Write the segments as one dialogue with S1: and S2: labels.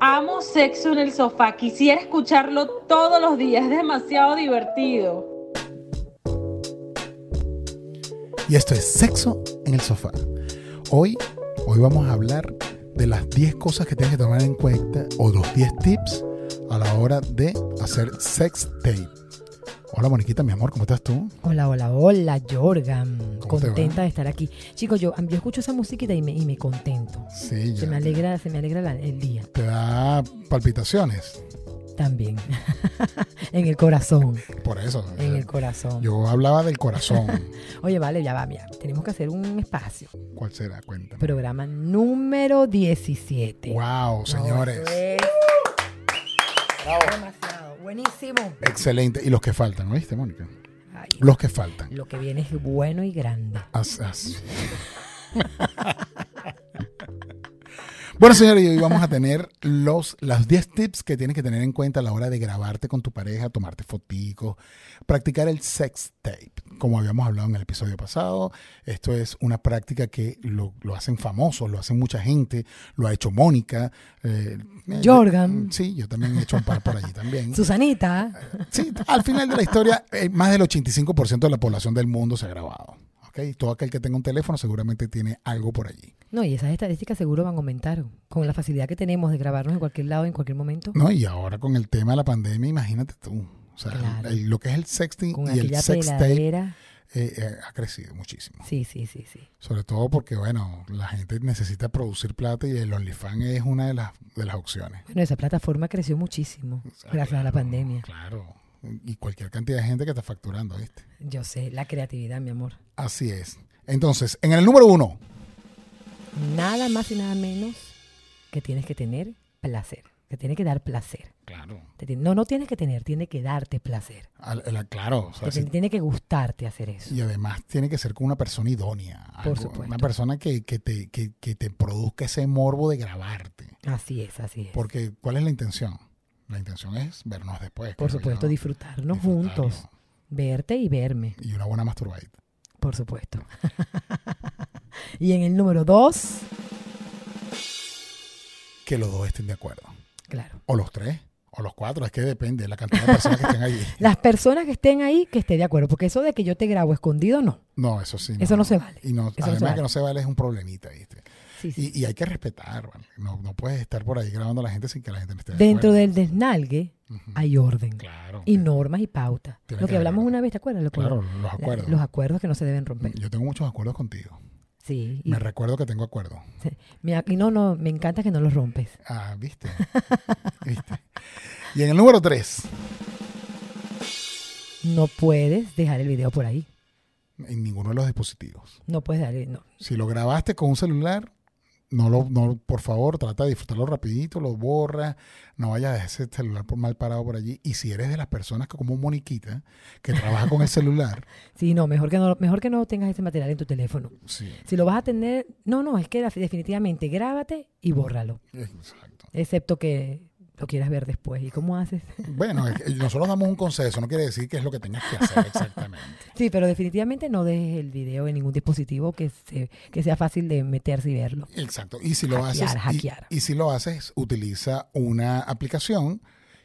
S1: Amo sexo en el sofá. Quisiera escucharlo todos los días. Es demasiado divertido.
S2: Y esto es Sexo en el Sofá. Hoy, hoy vamos a hablar de las 10 cosas que tienes que tomar en cuenta o los 10 tips a la hora de hacer sex tape. Hola Moniquita, mi amor, ¿cómo estás tú?
S3: Hola, hola, hola, Jorgan.
S2: ¿Cómo te va?
S3: Contenta de estar aquí. Chicos, yo, yo escucho esa musiquita y me, y me contento.
S2: Sí,
S3: Se
S2: ya.
S3: me alegra, se me alegra la- el día
S2: Te da palpitaciones.
S3: también. en el corazón.
S2: Por eso. o
S3: En
S2: sea,
S3: el corazón.
S2: Yo hablaba del corazón.
S3: Oye, vale, ya va, mira. Tenemos que hacer un espacio.
S2: ¿Cuál será? Cuéntame.
S3: Programa número 17.
S2: wow,
S3: No,
S2: señores.
S3: eso es demasiado. Buenísimo.
S2: Excelente. Y los que faltan, ¿oíste, Mónica?
S3: Ay,
S2: Los que faltan.
S3: lo que viene es bueno y grande.
S2: As- as- bueno, señores, y hoy vamos a tener los, las 10 tips que tienes que tener en cuenta a la hora de grabarte con tu pareja, tomarte foticos, practicar el sex tape. Como habíamos hablado en el episodio pasado, esto es una práctica que lo, lo hacen famosos, lo hacen mucha gente, lo ha hecho Mónica. eh, eh,
S3: Jorgan.
S2: Sí, yo también he hecho un par por allí también.
S3: Susanita.
S2: Sí, al final de la historia, eh, más del 85% de la población del mundo se ha grabado. ¿ok? Todo aquel que tenga un teléfono seguramente tiene algo por allí.
S3: No, y esas estadísticas seguro van a aumentar con la facilidad que tenemos de grabarnos en cualquier lado, en cualquier momento.
S2: ¿no? Y ahora con el tema de la pandemia, imagínate tú. O sea,
S3: Claro.
S2: el- lo que es el sexting
S3: con
S2: y el
S3: aquella
S2: sex tape
S3: peladera.
S2: eh, eh, ha crecido muchísimo.
S3: Sí, sí, sí, sí.
S2: Sobre todo porque, bueno, la gente necesita producir plata y el OnlyFans es una de las, de las opciones.
S3: Bueno, esa plataforma creció muchísimo
S2: O sea,
S3: gracias a la
S2: claro,
S3: pandemia.
S2: Claro. Y cualquier cantidad de gente que está facturando, ¿viste?
S3: Yo sé, la creatividad, mi amor.
S2: Así es. Entonces, en el número uno,
S3: Nada más y nada menos que tienes que tener placer. Te tiene que dar placer.
S2: claro,
S3: Te tiene- no, no tienes que tener, tiene que darte placer.
S2: al- al- claro, o sea,
S3: Te
S2: si-
S3: tiene- tiene que gustarte hacer eso.
S2: Y además tiene que ser con una persona idónea.
S3: Por
S2: algo-
S3: supuesto.
S2: Una persona que, que te, que- que te produzca ese morbo de grabarte.
S3: Así es, así es. Por,
S2: Porque, ¿cuál es la intención? La intención es vernos después. creo
S3: supuesto,
S2: yo.
S3: disfrutarnos
S2: Disfrutarlo.
S3: juntos. Verte y verme,
S2: Y una buena masturbadita.
S3: por supuesto. y en el número dos,
S2: Que los dos estén de acuerdo.
S3: claro.
S2: O los tres, o los cuatro, es que depende de la cantidad de personas que estén allí.
S3: Las personas que estén ahí que estén de acuerdo, porque eso de que yo te grabo escondido, no.
S2: No, eso sí.
S3: Eso no se vale.
S2: Y no,
S3: no se
S2: además
S3: vale.
S2: que no se vale es un problemita, ¿viste?
S3: Sí, sí.
S2: Y, y hay que respetar, ¿vale? no, no puedes estar por ahí grabando a la gente sin que la gente no esté de
S3: Dentro
S2: acuerdo.
S3: del desnalgue
S2: Ujú.
S3: hay orden
S2: Claro.
S3: y normas y pautas.
S2: Tiene
S3: Lo
S2: que
S3: que hablamos
S2: haber.
S3: una vez, ¿te acuerdas? Lo que-
S2: Claro, los
S3: la-
S2: acuerdos.
S3: los acuerdos que no se deben romper.
S2: Yo tengo muchos acuerdos contigo.
S3: Sí. Y,
S2: Me recuerdo que tengo acuerdo.
S3: mira, y no, no, me encanta que no los rompes.
S2: Ah, viste. ¿Viste? Y en el número 3,
S3: No puedes dejar el video por ahí.
S2: en ninguno de los dispositivos.
S3: No puedes darle. No.
S2: Si lo grabaste con un celular, no lo, no, por favor, trata de disfrutarlo rapidito, lo borra, no vayas a dejar ese celular por mal parado por allí. Y si eres de las personas que como Moniquita, que trabaja con el celular,
S3: Sí, no, mejor que no, mejor que no tengas ese material en tu teléfono.
S2: sí,
S3: Si lo vas a tener, no, no, es que la- definitivamente grábate y bórralo.
S2: exacto.
S3: Excepto que lo quieras ver después. ¿Y cómo haces?
S2: Bueno, es que nosotros damos un consejo, eso no quiere decir que es lo que tengas que hacer exactamente.
S3: Sí, pero definitivamente no dejes el video en ningún dispositivo que, se- que sea fácil de meterse y verlo.
S2: Exacto. Y si lo
S3: Hackear,
S2: haces, y-
S3: hackear.
S2: Y, si lo haces, utiliza una aplicación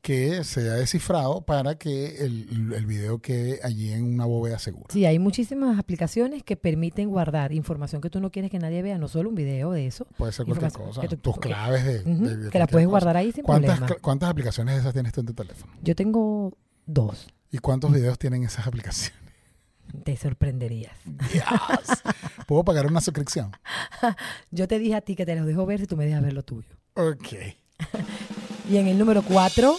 S2: que sea descifrado para que el, el video quede allí en una bóveda segura.
S3: Sí, hay muchísimas aplicaciones que permiten guardar información que tú no quieres que nadie vea, no solo un video de eso,
S2: Puede ser cualquier cosa.
S3: Información que tú-
S2: Tus claves de,
S3: ujú,
S2: de- de
S3: que la
S2: cualquier
S3: puedes
S2: cosa.
S3: guardar ahí sin
S2: ¿Cuántas,
S3: problema.
S2: cl- ¿Cuántas aplicaciones de esas tienes tú en tu teléfono?
S3: Yo tengo dos,
S2: ¿Y cuántos videos tienen esas aplicaciones?
S3: te sorprenderías.
S2: Yes. ¿Puedo pagar una suscripción?
S3: Yo te dije a ti que te los dejo ver si tú me dejas ver lo tuyo.
S2: Ok.
S3: Y en el número cuatro,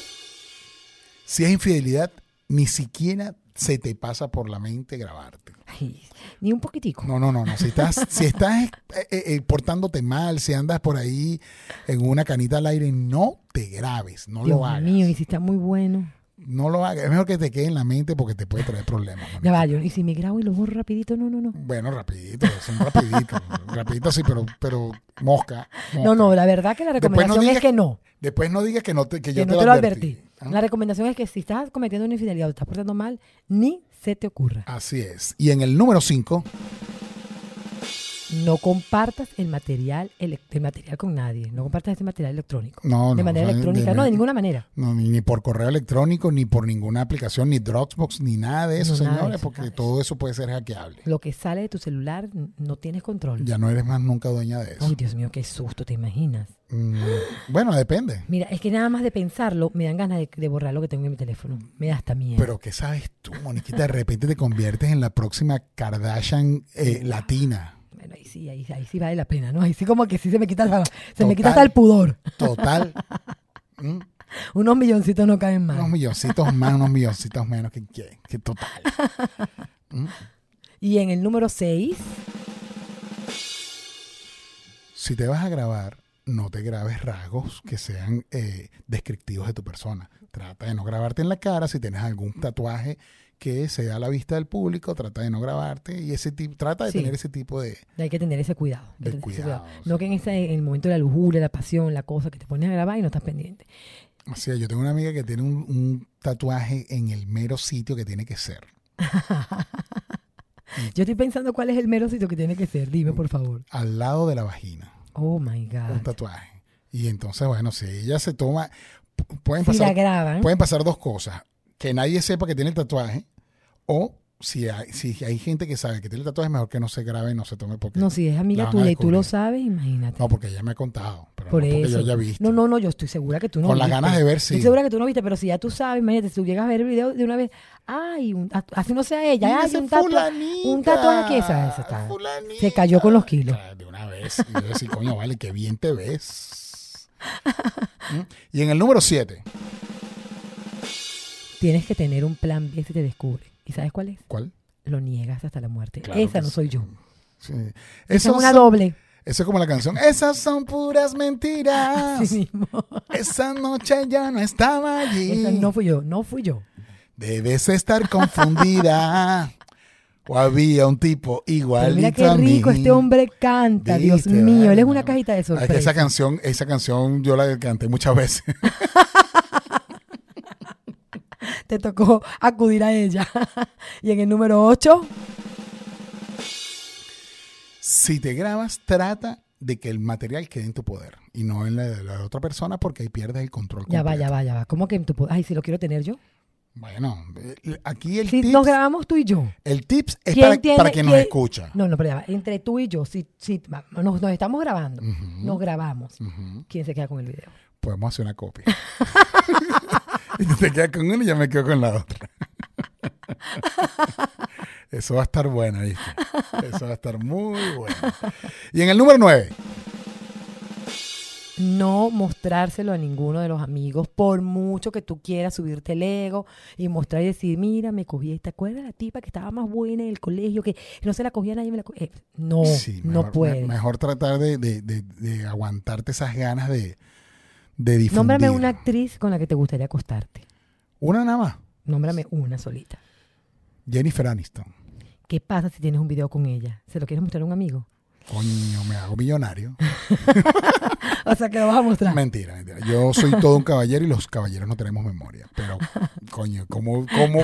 S2: Si es infidelidad, ni siquiera se te pasa por la mente grabarte.
S3: ay, ni un poquitico.
S2: No, no, no, no. Si estás, si estás eh, eh, eh, portándote mal, si andas por ahí en una canita al aire, no te grabes, no
S3: Dios
S2: lo hagas.
S3: mío, y si está muy bueno.
S2: No lo hagas. Es mejor que te quede en la mente porque te puede traer problemas. ¿no?
S3: Ya va, yo- y si me grabo y lo borro rapidito, no, no, no.
S2: Bueno, rapidito, son rapiditos. rapidito sí, pero, pero mosca, mosca.
S3: No, no, la verdad que la
S2: Después no
S3: recomendación
S2: digas
S3: es que no.
S2: Después no digas que no te, que yo
S3: que no
S2: te,
S3: te lo
S2: advertí.
S3: advertí.
S2: ¿Ah?
S3: La recomendación es que si estás cometiendo una infidelidad o te estás portando mal, ni se te ocurra.
S2: Así es. Y en el número 5,
S3: No compartas el material, ele- el material con nadie. No compartas este material electrónico.
S2: No, no,
S3: de manera
S2: o sea,
S3: electrónica,
S2: de-
S3: no, de ninguna manera.
S2: No, ni, ni por correo electrónico, ni por ninguna aplicación, ni Dropbox, ni nada de eso,
S3: Nada de
S2: señores,
S3: eso,
S2: porque
S3: nada de eso.
S2: todo eso puede ser hackeable.
S3: Lo que sale de tu celular n- no tienes control.
S2: Ya no eres más nunca dueña de eso.
S3: Ay, Dios mío, qué susto, ¿te imaginas?
S2: Mm, bueno, depende.
S3: Mira, es que nada más de pensarlo me dan ganas de, de borrar lo que tengo en mi teléfono. Me da hasta miedo.
S2: Pero ¿qué sabes tú, Moniquita? De repente te conviertes en la próxima Kardashian eh, latina.
S3: Bueno, ahí sí, ahí, ahí sí vale la pena, ¿no? Ahí sí como que sí se me quita, la- se me
S2: Total.
S3: quita hasta el pudor.
S2: Total. Mm,
S3: Unos milloncitos no caen
S2: unos
S3: más.
S2: milloncitos más, unos milloncitos menos. Que, que, que total. Mm,
S3: Y en el número 6,
S2: Si te vas a grabar, no te grabes rasgos que sean eh, descriptivos de tu persona. Trata de no grabarte en la cara. Si tienes algún tatuaje que se da a la vista del público, trata de no grabarte. Y ese tipo, trata de
S3: Sí.
S2: tener ese tipo de...
S3: hay que tener ese cuidado. hay
S2: De
S3: que tener ese
S2: cuidado,
S3: No
S2: sí.
S3: que en, ese, en el momento de la lujuria, la pasión, la cosa, que te pones a grabar y no estás pendiente.
S2: Así es, yo tengo una amiga que tiene un, un tatuaje en el mero sitio que tiene que ser. Mm.
S3: Yo estoy pensando cuál es el mero sitio que tiene que ser. Dime, por favor.
S2: al lado de la vagina,
S3: Oh, my
S2: un
S3: God.
S2: tatuaje. Y entonces, bueno, si ella se toma, pu- pueden
S3: Si la
S2: pasar,
S3: graban,
S2: pueden pasar dos cosas. Que nadie sepa que tiene el tatuaje o si hay, si hay gente que sabe que tiene el tatuaje, mejor que no se grabe y no se tome porque...
S3: no, si es
S2: la
S3: amiga
S2: van a
S3: tuya y tú lo
S2: descubrir.
S3: sabes, imagínate.
S2: No, porque ella me ha contado, pero
S3: Por
S2: no porque yo
S3: eso.
S2: haya visto.
S3: No, no, no, yo estoy segura que tú no
S2: Con las
S3: viste.
S2: ganas de ver, sí.
S3: Estoy segura que tú no viste, pero si ya tú sabes, imagínate, si tú llegas a ver el video de una vez, ay, un- a- así no sea ella,
S2: Mira
S3: ay,
S2: esa
S3: un tatuaje.
S2: fulanita,
S3: un tatuaje aquí, esa- esa está-
S2: fulanita.
S3: se cayó con los kilos.
S2: Ah, De una vez. Y yo decía, coño, vale, qué bien te ves. ¿Mm? Y en el número 7,
S3: Tienes que tener un plan B si te descubre. ¿Y sabes cuál es?
S2: ¿cuál?
S3: Lo niegas hasta la muerte.
S2: Claro
S3: Esa
S2: que
S3: no
S2: sí.
S3: soy yo.
S2: Sí.
S3: Esa es
S2: Esos
S3: una
S2: son-
S3: doble.
S2: Eso es como la canción. Esas son puras mentiras.
S3: Sí mismo.
S2: Esa noche ya no estaba allí.
S3: Esa no fui yo, no fui yo.
S2: Debes estar confundida. o había un tipo
S3: Pero
S2: igualito
S3: mira qué
S2: a mí.
S3: rico este hombre canta, Dios
S2: Viste,
S3: mío, él
S2: vale,
S3: es una
S2: no.
S3: cajita de
S2: Ah, es que
S3: sorpresa.
S2: esa canción, esa canción yo la canté muchas veces.
S3: Te tocó acudir a ella. y en el número 8,
S2: si te grabas, trata de que el material quede en tu poder y no en la de la otra persona porque ahí pierdes el control.
S3: ya va,
S2: completo.
S3: ya va, ya va. ¿Cómo que tú pod- Ay, si lo quiero tener yo.
S2: Bueno, eh, aquí el
S3: Si
S2: tips,
S3: nos grabamos tú y yo.
S2: el tips es
S3: ¿Quién
S2: para,
S3: tiene-
S2: para quien nos
S3: quién-
S2: escucha.
S3: No, no, pero ya va. Entre tú y yo, si, si va, nos, nos estamos grabando,
S2: Ujú.
S3: nos grabamos.
S2: Ujú.
S3: ¿Quién se queda con el video?
S2: podemos hacer una copia. y tú te quedas con una y yo me quedo con la otra. Eso va a estar bueno, ¿viste? Eso va a estar muy bueno. Y en el número 9,
S3: No mostrárselo a ninguno de los amigos, por mucho que tú quieras subirte el ego y mostrar y decir, mira, me cogí esta. ¿Acuerdas la tipa que estaba más buena en el colegio, que no se la cogía nadie? Me la co- eh, no, no puede.
S2: mejor tratar de, de- de- de aguantarte esas ganas de, de difundir.
S3: Nómbrame una actriz con la que te gustaría acostarte.
S2: Una nada más.
S3: Nómbrame una solita.
S2: Jennifer Aniston.
S3: ¿Qué pasa si tienes un video con ella? ¿Se lo quieres mostrar a un amigo?
S2: Coño, me hago millonario.
S3: O sea, que lo vas a mostrar.
S2: Mentira, mentira. Yo soy todo un caballero y los caballeros no tenemos memoria. Pero, coño, ¿cómo, cómo,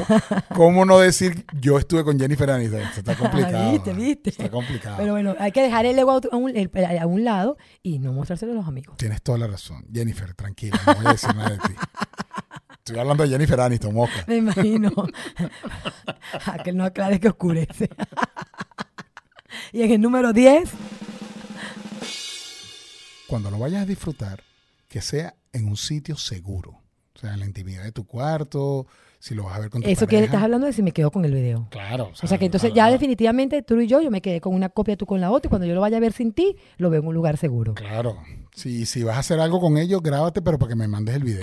S2: cómo no decir yo estuve con Jennifer Aniston? Esto Está complicado.
S3: Ah, Viste, viste.
S2: Está complicado.
S3: Pero bueno, hay que dejar el ego a otro- a un, el- a un lado y no mostrárselo a los amigos.
S2: Tienes toda la razón. Jennifer, tranquila, no voy a decir nada de ti. Estoy hablando de Jennifer Aniston, moca.
S3: Me imagino. Aquel no aclare que oscurece. y en el número 10,
S2: Cuando lo vayas a disfrutar, que sea en un sitio seguro. O sea, en la intimidad de tu cuarto, si lo vas a ver con tu
S3: eso que
S2: pareja.
S3: estás hablando de si me quedo con el video.
S2: Claro.
S3: O sea que entonces ya definitivamente tú y yo, yo me quedé con una copia, tú con la otra, y cuando yo lo vaya a ver sin ti, lo veo en un lugar seguro.
S2: Claro. Si, si vas a hacer algo con ellos, grábate, pero para que me mandes el video.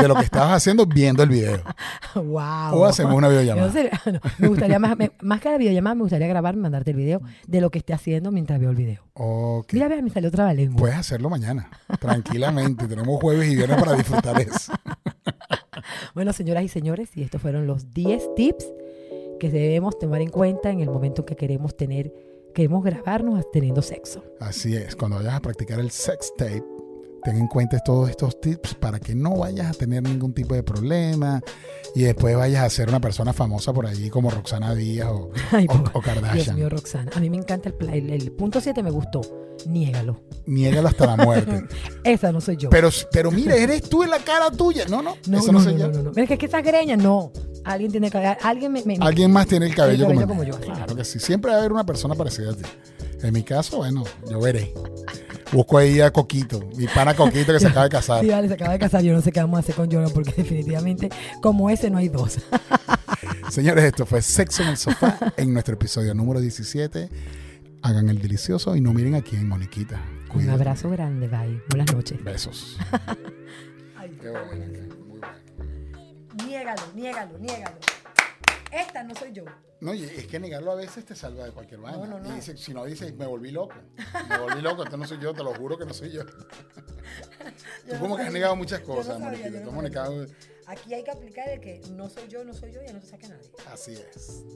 S2: De lo que estabas haciendo, viendo el video.
S3: ¡Wow!
S2: O hacemos una videollamada.
S3: Entonces, no, me gustaría más, me- más que la videollamada, me gustaría grabar, mandarte el video de lo que esté haciendo mientras veo el video.
S2: Ok.
S3: Mira, vea, me salió otra lengua.
S2: Puedes hacerlo mañana, tranquilamente. Tenemos jueves y viernes para disfrutar eso.
S3: Bueno, señoras y señores, y estos fueron los 10 tips que debemos tomar en cuenta en el momento que queremos tener, queremos grabarnos teniendo sexo.
S2: Así es, cuando vayas a practicar el sex tape, Ten en cuenta todos estos tips para que no vayas a tener ningún tipo de problema y después vayas a ser una persona famosa por allí como Roxana Díaz o,
S3: Ay,
S2: o-
S3: pobre.
S2: o
S3: Dios
S2: Kardashian.
S3: mío, Roxana. A mí me encanta el, pla- el, el punto 7, me gustó. Niégalo.
S2: Niégalo hasta la muerte.
S3: Esa no soy yo.
S2: Pero, pero mira, eres tú en la cara tuya. No, no,
S3: no,
S2: eso
S3: no,
S2: no,
S3: no,
S2: soy
S3: no,
S2: yo.
S3: no, no. Mira, Es que, es que esa greña, no. Alguien tiene que. Alguien me. me-
S2: Alguien más tiene el cabello,
S3: El cabello
S2: como,
S3: como
S2: yo.
S3: yo,
S2: Claro
S3: claro.
S2: que sí. Siempre va a haber una persona parecida a ti. En mi caso, bueno, yo veré. Busco ahí a Coquito, mi pana Coquito que se acaba de casar.
S3: Sí, vale, se acaba de casar. Yo no sé qué vamos a hacer con Jonah porque definitivamente como ese no hay dos.
S2: Señores, esto fue Sexo en el Sofá en nuestro episodio número 17. Hagan el delicioso y no miren aquí en Moniquita.
S3: Un
S2: Cuídense.
S3: abrazo grande, bye. Buenas noches.
S2: Besos. Qué buena, qué- muy buena.
S3: Niégalo, niégalo, niégalo. Esta no soy yo.
S2: No, y es que negarlo a veces te salva de cualquier vaina.
S3: no, no.
S2: Y dice, si no dices, me volví loco. Me volví loco, esto no soy yo, te lo juro que no soy yo. Tú
S3: no
S2: como que has
S3: sabía,
S2: negado muchas
S3: yo no
S2: cosas,
S3: sabía,
S2: Moniquita.
S3: yo no
S2: Tú has negado-
S3: Aquí hay que aplicar el que no soy yo, no soy yo y no te saca nadie.
S2: Así es.